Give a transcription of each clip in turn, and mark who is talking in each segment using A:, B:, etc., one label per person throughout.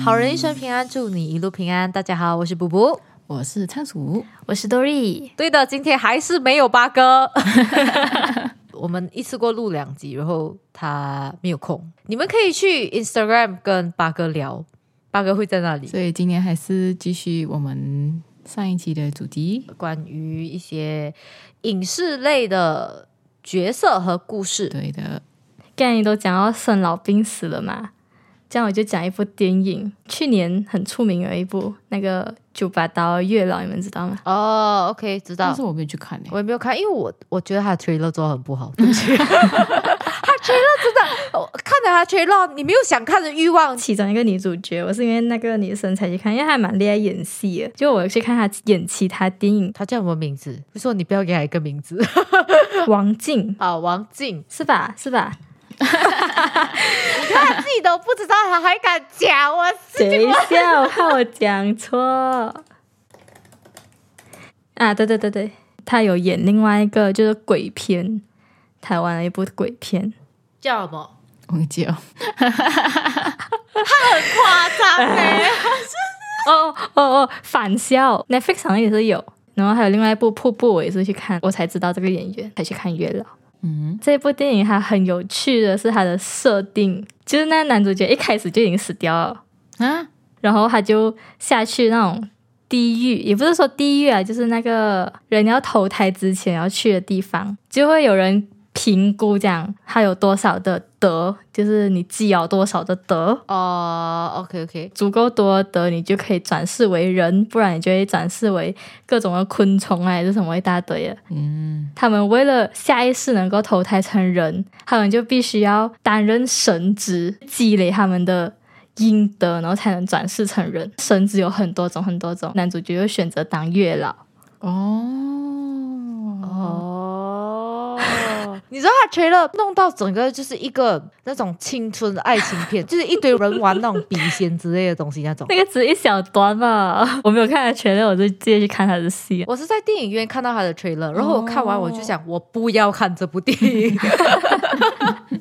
A: 好人一生平安，祝你一路平安。大家好，我是布布。
B: 我是仓鼠，
C: 我是 Dory，
A: 对的，今天还是没有八哥。 我们一次过录两集，然后他没有空。你们可以去 Instagram 跟八哥聊，八哥会在那里。
B: 所以今天还是继续我们上一期的主题。
A: 关于一些影视类的角色和故事，
B: 对的，
C: 既然你都讲到生老病死了嘛，这样我就讲一部电影，去年很出名的一部，那个《九把刀的月老》，你们知道吗？
A: 哦，OK，知道
B: 但是。我没有去看呢、
A: 我也没有看，因为我我觉得他的 trailer 做的很不好， 对不起。他 trailer 真的，我看了他 trailer，你没有想看的欲望。
C: 其中一个女主角，我是因为那个女生才去看，因为她还蛮厉害演戏的。就我去看她演其他电影，
A: 他叫什么名字？我说你不要给他一个名 字
C: 王静
A: 啊，王静，
C: 是吧？是吧？
A: 他自己都不知道，他还敢讲我。
C: 等一下，我怕我讲错。啊，对对对对，她有演另外一个就是鬼片，台湾的一部鬼片。
A: 叫什么？
B: 我忘记了。
A: 夸张哎！
C: 哦哦哦，返校 Netflix 好像也是有，然后还有另外一部《瀑布》，我也是去看，我才知道这个演员，才去看月老。
B: 嗯，
C: 这部电影它很有趣的是它的设定，就是那男主角一开始就已经死掉了，
B: 啊，
C: 然后他就下去那种地狱，也不是说地狱啊，就是那个人要投胎之前要去的地方，就会有人评估这样他有多少的德，就是你积有多少的德，
A: 哦，OK OK，
C: 足够多的，你就可以转世为人，不然你就会转世为各种的昆虫啊，还是什么一大堆的。
B: 嗯，
C: 他们为了下一世能够投胎成人，他们就必须要担任神职，积累他们的阴德，然后才能转世成人。神职有很多种，很多种。男主角就选择当月老，
B: 哦，
A: 哦， 你知道他 trailer 弄到整个就是一个那种青春爱情 片，就是一堆人玩那种笔仙之类的东西那 种。
C: 那个只是一小段嘛。我没有看他全了，我就直接去看他的戏。
A: 我是在电影院看到他的 trailer，然后我看完我就想，我不要看这部电影。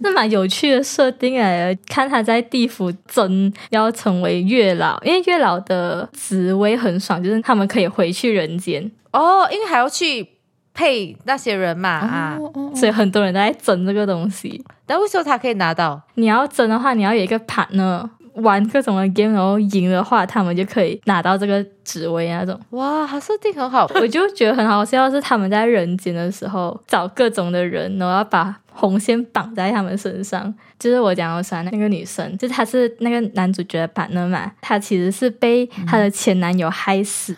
C: 那蛮有趣的设定哎，看他在地府争要成为月老，因为月老的职位很爽，就是他们可以回去人间，
A: 哦，因为还要去配那些人嘛啊，
B: 哦哦
C: 所以很多人都在争这个东西。
A: 但为什么他可以拿到？
C: 你要争的话，你要有一个 partner，玩各种的 game，然后赢的话，他们就可以拿到这个职位那种。
A: 哇，他设定很好，
C: 我就觉得很好笑，是他们在人间的时候找各种的人，然后要把红线绑在他们身上。就是我讲我喜欢那个女生，就是她是那个男主角的 partner 嘛，她其实是被她的前男友害死。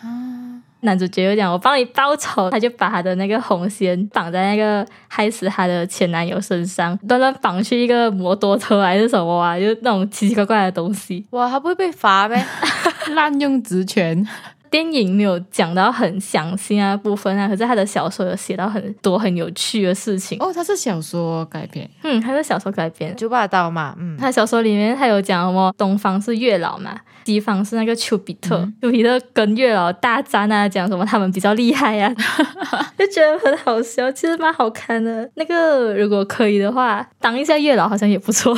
C: 男主角就讲我帮你报仇，他就把他的那个红线绑在那个害死他的前男友身上，乱乱绑去一个摩托车还是什么啊，就是那种奇奇怪怪的东西。
A: 哇，他不会被罚咩？
B: 滥用职 权，
C: 电影没有讲到很详细啊部分啊，可是他的小说有写到很多很有趣的事情。
B: 哦，它是小说改 编，
C: 嗯，他的小说改编的。
A: 九把刀嘛，嗯，
C: 他小说里面他有讲什么东方是月老嘛，西方是那个丘比特，丘比特跟月老大战啊，讲什么他们比较厉害呀、啊，就觉得很好笑，其实蛮好看的。那个如果可以的话，当一下月老好像也不错，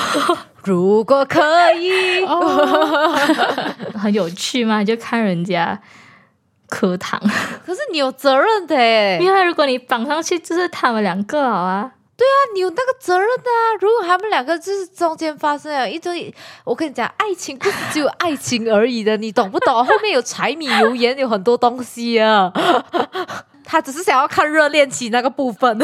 A: 如果可以，
B: 哦
A: 哦
C: 很有趣嘛，就看人家磕糖。
A: 可是你有责任的诶，
C: 因为如果你绑上去，就是他们两个好啊。
A: 那你有那个责任的啊。如果他们两个就是中间发生了一堆，我跟你讲，爱情不是只有爱情而已的，你懂不懂？后面有柴米油盐，有很多东西啊。 他只是想要看热恋期那个部分。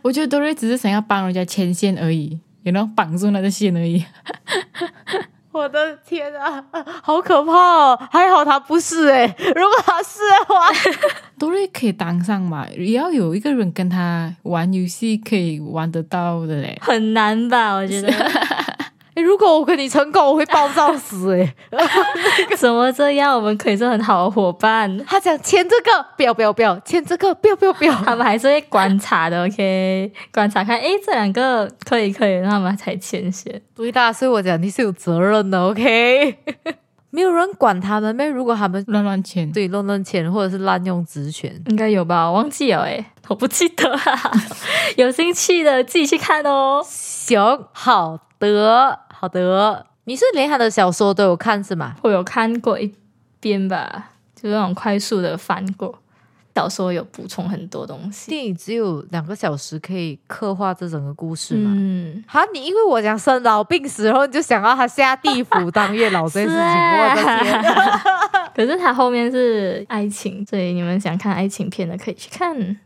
B: 我觉得多瑞只是想要帮人家牵线而已，然后绑住那个线而 已。
A: 我的天啊，好可怕哦！还好他不是诶、如果他是的话，
B: 多瑞可以当上嘛，也要有一个人跟他玩游戏可以玩得到的 嘞。
C: 很难吧？我觉得
A: 诶如果我跟你成功，我会暴躁死诶、
C: 怎么这样？我们可以是很好的伙 伴，
A: 他讲签这个，不要不要不要，签这个，不要不要不要。
C: 他们还是会观察的。OK，观察看，诶，这两个可以可以，那我们才牵线。
A: 对的，所以我讲你是有责任的，OK？没 有人管他们呗。如果他们
B: 乱乱牵，
A: 对乱乱钱或者是滥用职权，
C: 应该有吧？我忘记了诶，我不记得啊。有兴趣的自己去看哦。
A: 行，好的，好的。你是连他的小说都有看是吗？
C: 我有看过一遍吧，就是那种快速的翻过。小说有补充很多东西，
A: 电影只有两个小时可以刻画这整个故事吗？
C: 嗯，
A: 哈，你因为我讲生老病死，然后你就想到他下地府当月老 这件事情，我的天！
C: 可是它后面是爱情，所以你们想看爱情片的可以去看。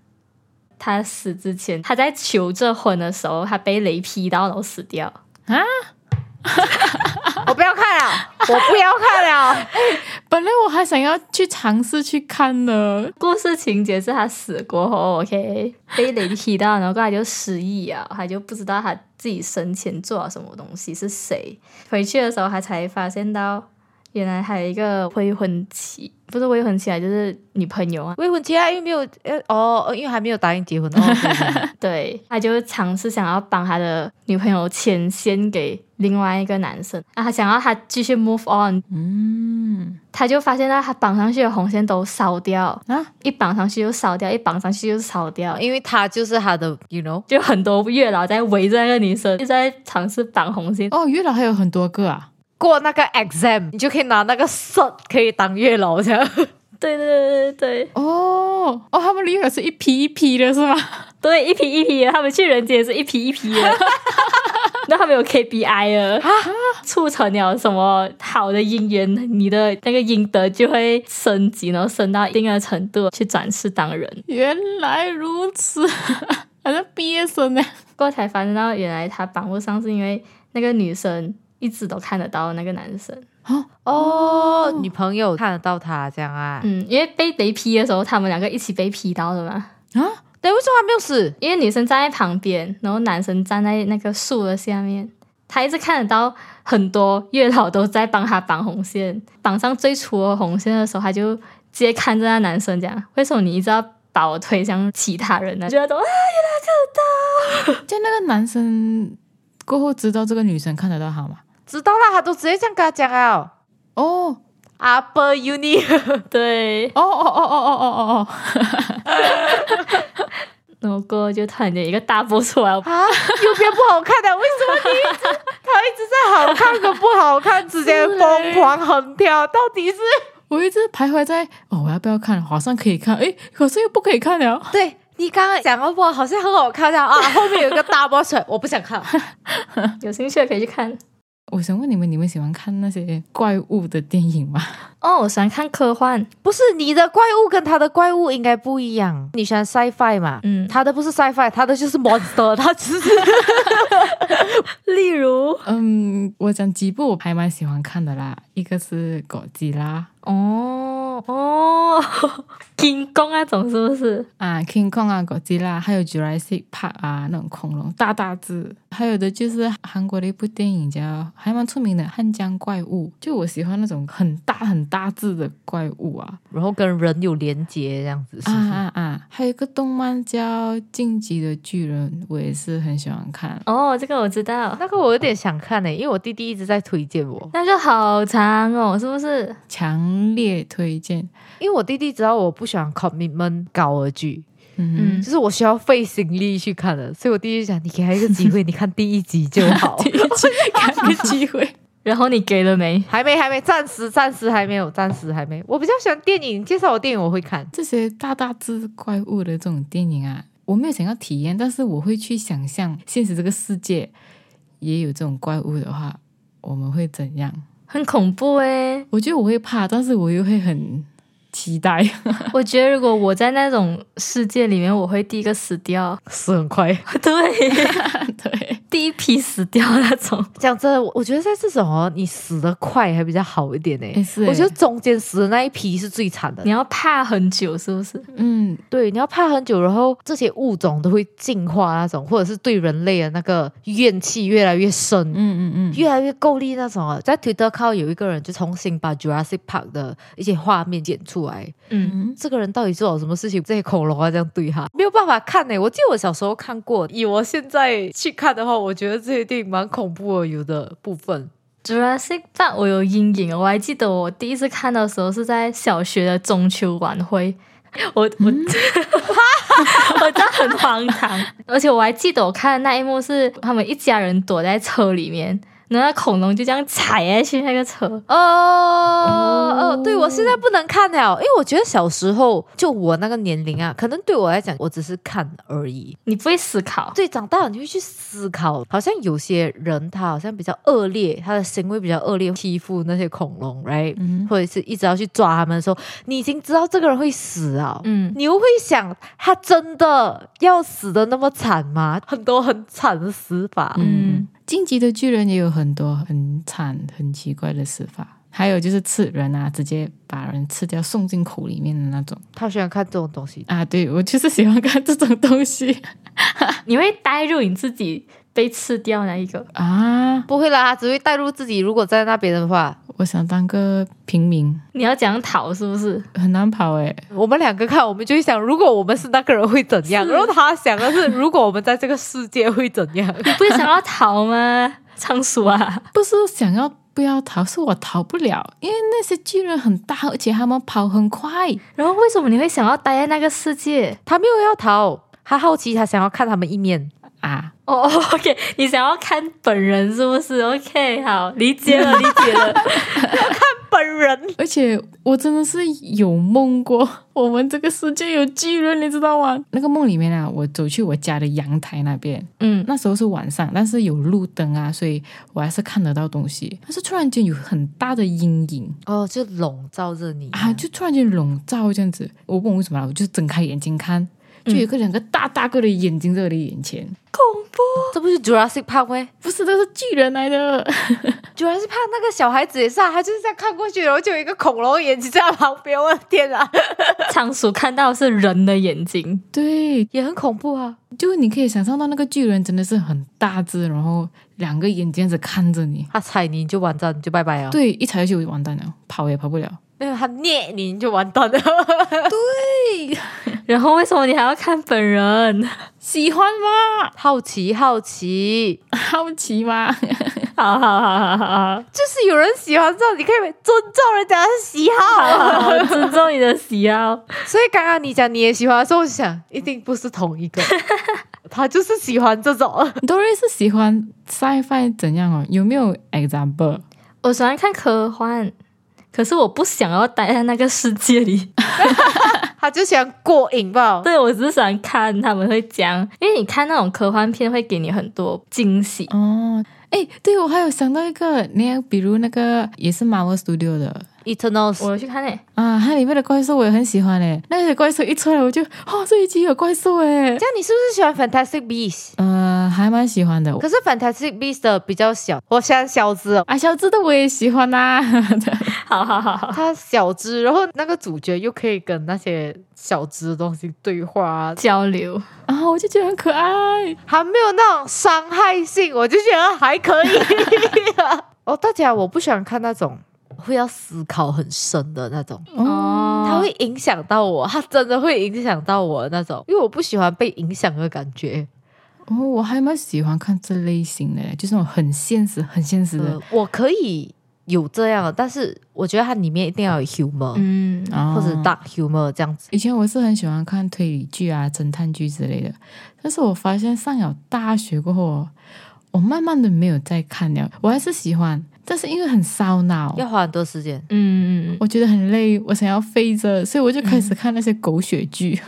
C: 他死之前，他在求这婚的时候，他被雷劈到然后死掉。
B: 啊
A: 我不要看了，我不要看了。
B: 本来我还想要去尝试去看呢，
C: 故事情节是他死过后，OK，被雷劈到，然后过来就失忆啊，他就不知道他自己生前做了什么东西是谁。回去的时候，他才发现到原来还有一个未婚妻，不是未婚妻啊，就是女朋友啊。
A: 未婚妻啊，因为没有呃哦，因为还没有答应结婚哦。对 对
C: 对，他就尝试想要帮他的女朋友牵线给另外一个男生啊，他想要他继续 move on，
B: 嗯
C: 他就发现到他绑上去的红线都烧掉，
B: 啊，
C: 一绑上去就烧掉，一绑上去就烧掉，
A: 因为他就是他的，you know，
C: 就很多月老在围着那个女生，一直在尝试绑红心。
B: 哦，月老还有很多个啊，
A: 过那个 exam，你就可以拿那个 cert 可以当月老这样。
C: 对对对对对
B: 哦哦，他们的月老是一批一批的是吗？
C: 对，一批一批的，他们去人间也是一批一批的。那他们有 KPI 了，促成了什么好的姻缘，你的那个阴德就会升级，然后升到一定的程度去转世当人。
B: 原来如此， 好像毕业生呢。
C: 过后才发现到，原来他绑不上是因为那个女生一直都看得到那个男生。
A: 哦，女朋友看得到他这样啊？
C: 嗯，因为被雷劈的时候，他们两个一起被劈到的嘛。
B: 啊，
A: 对，为什么还没有死？
C: 因为女生站在旁边，然后男生站在那个树的下面，他一直看得到很多月老都在帮他绑红线，绑上最粗的红线的时候，他就直接看着那男生讲：“为什么你一直要把我推向其他人呢？”觉得都啊
B: 就那个男生过后知道这个女生看得到他吗？
A: 知道啦，他都直接这样跟他讲啊。
B: 哦
A: Upper Uni，
C: 对，
B: 哦哦哦哦哦哦哦哦，
C: 然后过后就突然间一个大波出来，
A: 啊，右边不好看的、为什么你一直他一直在好看跟不好看之间疯狂横跳？到底是
B: 我一直徘徊在哦，我要不要看？好像可以看，诶，可是又不可以看了。
A: 对你刚刚讲到哇，好像很好看这样啊，后面有一个大 boss，我不想看。
C: 有兴趣的可以去看。
B: 我想问你们，你们喜欢看那些怪物的电影吗？
C: 哦，我喜欢看科幻，
A: 不是你的怪物跟他的怪物应该不一样，你喜欢 sci-fi 嘛？
C: 嗯
A: 他的不是 sci-fi，他的就是 monster，他只是
C: 例如
B: 嗯，我讲几部我还蛮喜欢看的啦，一个是《果吉拉
C: 哦哦， 金工那种是不是？》
B: 啊，《King Kong》啊，《果吉拉》，还有《Jurassic Park》啊，那种恐龙大大只，还有的就是韩国的一部电影叫还蛮出名的《汉江怪物》，就我喜欢那种很大很大只的怪物啊
A: 然后跟人有连接这样子，是
B: 啊
A: 不是？
B: 啊啊！还有一个动漫叫《进击的巨人》，我也是很喜欢看。
C: 哦，这个我知道。
A: 那个我有点想看呢、欸因为我弟弟一直在推荐我，
C: 那个好长哦，是不是？
B: 强烈推荐。
A: 因为我弟弟知道我不喜欢 commitment 高的剧，
B: 嗯，
C: 嗯
A: 就，是我需要费心力去看的，所以我弟弟讲你给他一个机会，你看第一集就好。
B: 看个机会。
C: 然后你给了没？
A: 还没，还没，暂时，暂时还没有，暂时还没。我比较喜欢电影，介绍我电影我会看。
B: 这些大大只怪物的这种电影啊，我没有想要体验，但是我会去想象现实这个世界也有这种怪物的话，我们会怎样？
C: 很恐怖诶、
B: 我觉得我会怕，但是我又会很期待。
C: 我觉得如果我在那种世界里面，我会第一个死掉，
A: 死很快。
C: 对，
B: 对，
C: 第一批死掉那种。
A: 讲真的，我我觉得在这种哦，你死得快还比较好一点呢、
B: 也是欸
A: 我觉得中间死的那一批是最惨的
C: 你。要怕很久，是不是？
B: 嗯，
A: 对，你要怕很久，然后这些物种都会进化那种，或者是对人类的那个怨气越来越深。
B: 嗯嗯嗯，
A: 越来越够力那种啊，在 Twitter 靠有一个人就重新把 Jurassic Park 的一些画面剪出来，
C: 嗯，
A: 这个人到底做了什么事情？这些恐龙啊这样对他，没有办法看欸呢、我记得我小时候看过，以我现在去看的话，我觉得这些电影蛮恐怖的，有的部分。
C: Jurassic Park 我有阴影，我还记得我第一次看到的时候是在小学的中秋晚会， 我我、 我真的很 荒唐，而且我还记得我看的那一幕是他们一家人躲在车里面。然后那恐龙就这样踩下去那个车。
A: 哦哦，对我现在不能看了，因为我觉得小时候就我那个年龄啊，可能对我来讲，我只是看而已。
C: 你不会思考，
A: 对，长大了你会去思考，好像有些人他好像比较恶劣，他的行为比较恶劣，欺负那些恐龙，right？、
B: 嗯
A: 或者是一直要去抓他们的时候，你已经知道这个人会死啊，
C: 嗯，
A: 你又会想，他真的要死的那么惨吗？很多很惨的死法，
B: 嗯，晋级的巨人也有很多很惨、很奇怪的死法，还有就是刺人啊，直接把人吃掉送进口里面的那种
A: 他喜欢看这种东西，
B: 啊。对，我就是喜欢看这种东西
C: 你会带入你自己被吃掉那一个。
B: 啊。
A: 不会啦，他只会带入自己。如果在那边的话，
B: 我想当个平民，
C: 你要讲逃是不是？
B: 很难跑欸诶、
A: 我们两个看，我们就会想，如果我们是那个人会怎样？然后他想的是，如果我们在这个世界会怎 样？
C: 你不是想要逃吗？仓鼠啊，
B: 不是想要不要逃，是我逃不了，因为那些巨人很大，而且他们跑很快。
C: 然后为什么你会想要待在那个世界？
A: 他没有要逃，他好奇，他想要看他们一面。
B: 啊，
C: 哦、o k 你想要看本人是不是？OK，好，理解了，理解了。
A: 本人
B: 而且我真的是有梦过，我们这个世界有巨人，你知道吗？那个梦里面啊，我走去我家的阳台那边，
C: 嗯，
B: 那时候是晚上，但是有路灯啊，所以我还是看得到东西。但是突然间有很大的阴影
A: 哦，就笼罩着你
B: 啊，就突然间笼罩这样子。我不懂为什么啦，我就睁开眼睛看，就有一个两个大大个的眼睛在我的眼前，
C: 恐怖。
A: 这不是 Jurassic Park 吗
B: 不是，这是巨人来的。
A: ？Jurassic Park 那个小孩子也是啊，他就是这样看过去，然后就有一个恐龙眼睛在旁边。我的天啊，
C: 仓鼠看到是人的眼睛，
B: 对，
A: 也很恐怖啊！
B: 就你可以想象到那个巨人真的是很大只，然后两个眼睛在看着你。
A: 他踩你你就完蛋，你就拜拜了。啊
B: 对，一踩下去我就完蛋了，跑也跑不了。
A: 对，他捏你你就完蛋了。啊
C: 然后为什么你还要看本人？
B: 喜欢吗？
A: 好奇，好奇，
B: 好奇吗？
C: 好好好好好
A: 就是有人喜欢这样，你可以尊重人家的喜好。
C: 好好，尊重你的喜好。
A: 所以刚刚你讲你也喜欢的时候，我就想一定不是同一个，他就是喜欢这种。
B: Dory 是喜欢 sci-fi 怎样哦？有没有 example？
C: 我喜欢看科幻，可是我不想要待在那个世界里。
A: 他就喜欢过瘾吧？
C: 对我只是想看他们会讲，因为你看那种科幻片会给你很多惊喜。
B: 哦，哎，对我还有想到一个，你看比如那个也是 Marvel Studio 的
A: Eternals，
C: 我有去看诶、欸
B: 啊，它里面的怪兽我也很喜欢诶。那些怪兽一出来我就，哦，这一集有怪兽欸诶。
A: 这样你是不是喜欢 Fantastic Beasts？
B: 呃，还蛮喜欢的。
A: 可是 Fantastic Beasts 的比较小，我现在小只哦，
B: 啊，小智的我也喜欢啊 呐、
C: 好好好好，
A: 它小只，然后那个主角又可以跟那些小只的东西对话啊，
C: 交流。
B: 啊，我就觉得很可爱。
A: 还没有那种伤害性，我就觉得还可以。哦，大家我不喜欢看那种会要思考很深的那种。
C: 哦，
A: 它会影响到我，它真的会影响到我那种，因为我不喜欢被影响的感觉。
B: 哦，我还蛮喜欢看这类型的，欸就是那种很现实、很现实的
A: 呃，我可以有这样的，但是我觉得它里面一定要有 humor、
C: 嗯，
B: 啊
A: 或者 dark humor 这样子。
B: 以前我是很喜欢看推理剧啊、侦探剧之类的，但是我发现上了大学过后哦，我慢慢的没有再看了。我还是喜欢，但是因为很烧脑，
A: 要花很多时间，
C: 嗯，
B: 我觉得很累，我想要飞着，所以我就开始看那些狗血剧。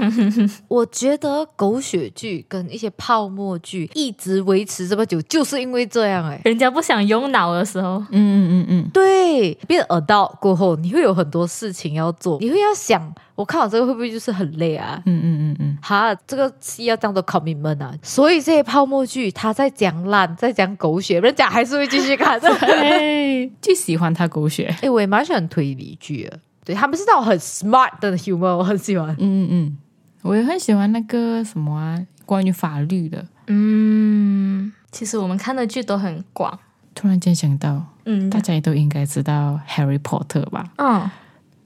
A: 我觉得狗血剧跟一些泡沫剧一直维持这么久，就是因为这样哎、
C: 人家不想用脑的时候，
B: 嗯嗯嗯嗯，
A: 对，变 adult 过后，你会有很多事情要做，你会要想，我看好这个会不会就是很累啊？
B: 嗯嗯嗯嗯，
A: 哈，这个戏要当做 commitment 啊，所以这些泡沫剧他在讲烂，在讲狗血，人家还是会继续 看的。
B: 哎，就喜欢他狗血。
A: 哎，我也蛮喜欢推理剧的，对他们是那种很 smart 的 humor，我很喜欢。
B: 嗯嗯嗯，我也很喜欢那个什么啊，关于法律的。
C: 嗯，其实我们看的剧都很广，
B: 突然间想到，
C: 嗯
B: 大家也都应该知道 Harry Potter 吧？
C: 嗯，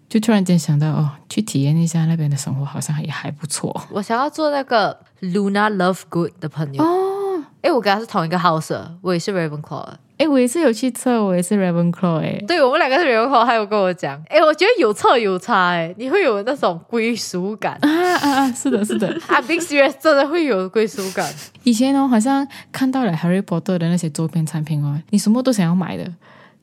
B: 就突然间想到，哦，去体验一下那边的生活，好像也还不错。
A: 我想要做那个 Luna Lovegood 的朋友哦，哎，我跟他是同一个 house，的我也是 Ravenclaw 的。
B: 哎，我也是有去测，我也是 Ravenclaw 哎。。
A: 对我们两个是人后，他有跟我讲，哎，我觉得有错有差，哎，你会有那种归属感
B: 啊啊啊！是的，是 的，
A: 啊，Big Serious 真的会有归属感，
B: 以前哦，好像看到了 Harry Potter 的那些周边产品哦，你什么都想要买的。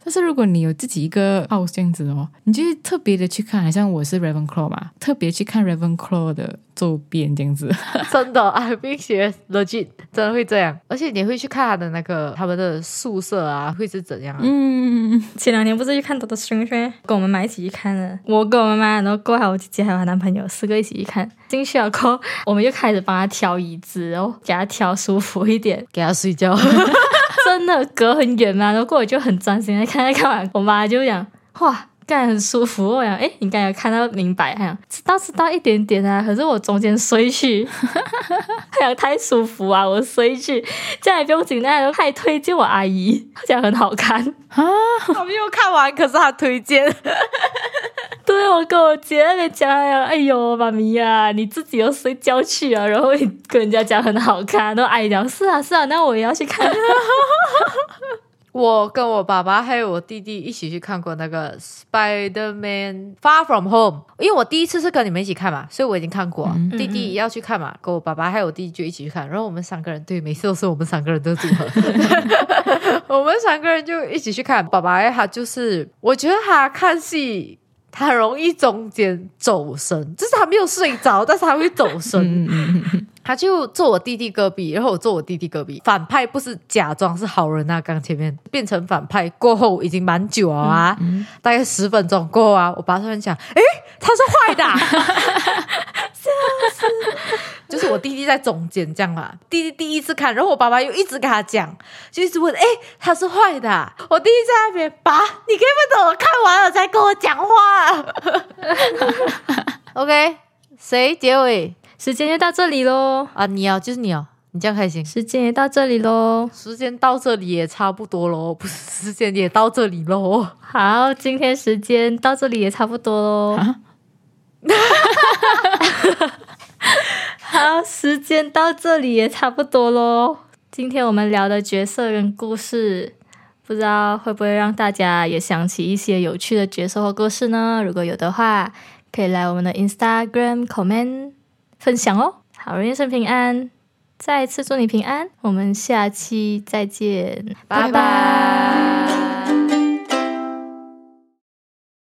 B: 但是如果你有自己一个傲这样子哦，你就会特别的去看，好像我是 Ravenclaw 嘛，特别去看 Ravenclaw 的周边这样子。
A: 真的啊，Big Serious legit 真的会这样，而且你会去看他的那个他们的宿舍啊，会是怎样啊？
B: 嗯，
C: 前两年不是去看《Doctor Strange》吗，跟我们妈一起去看的。我跟我妈妈，然后过来我姐姐还有她男朋友四个一起去看。进去了过后，我们就开始帮她挑椅子，然后给她挑舒服一点。
A: 给他睡 觉。
C: 真的隔很远啊嘛，然后过我就很专心的看，看完我妈就讲哇。盖很舒服，我想，哎，你刚才有看到明白，还想知道知道一点点啊，可是我中间睡去，还想太舒服啊，我睡去，这样也不用紧张，还推荐我阿姨，这样很好看。
A: 我没有看完，可是他推荐。
C: 对，我跟我姐那边讲，哎呦，妈咪呀、你自己又睡觉去啊，然后你跟人家讲很好看，然后阿姨讲是啊是啊，那我也要去看。
A: 我跟我爸爸还有我弟弟一起去看过那个《Spider-Man Far From Home》，因为我第一次是跟你们一起看嘛，所以我已经看过。弟弟要去看嘛，跟我爸爸还有我弟弟就一起去看，然后我们三个人，对，每次都是我们三个人的组合，我们三个人就一起去看。爸爸他就是，我觉得他看戏。他很容易中间走神，就是他没有睡着，但是他会走神。
B: 嗯嗯嗯，
A: 他就坐我弟弟隔壁，然后我坐我弟弟隔壁。反派不是假装是好人啊，刚前面变成反派过后已经蛮久了啊，大概十分钟过后啊，我爸突然讲，诶，他是坏的啊、笑死！就是我弟弟在中间这样嘛，弟弟第一次看，然后我爸爸又一直跟他讲，就一直问，诶，他是坏的啊、我弟弟在那边，爸，你可以不等我看完了才跟我讲话啊？OK，谁结尾？
C: 时间就到这里喽，
A: 啊，你要就是你要，你这样开心。
C: 时间也到这里喽。
A: 时间到这里也差不多喽，不是时间也到这里喽。
C: 好，今天时间到这里也差不 多喽。
B: 啊
C: 好，时间到这里也差不多喽。今天我们聊的角色跟故事，不知道会不会让大家也想起一些有趣的角色或故事呢？如果有的话，可以来我们的 Instagram comment 分享哦。好人一生平安，再次祝你平安，我们下期再见，
A: 拜拜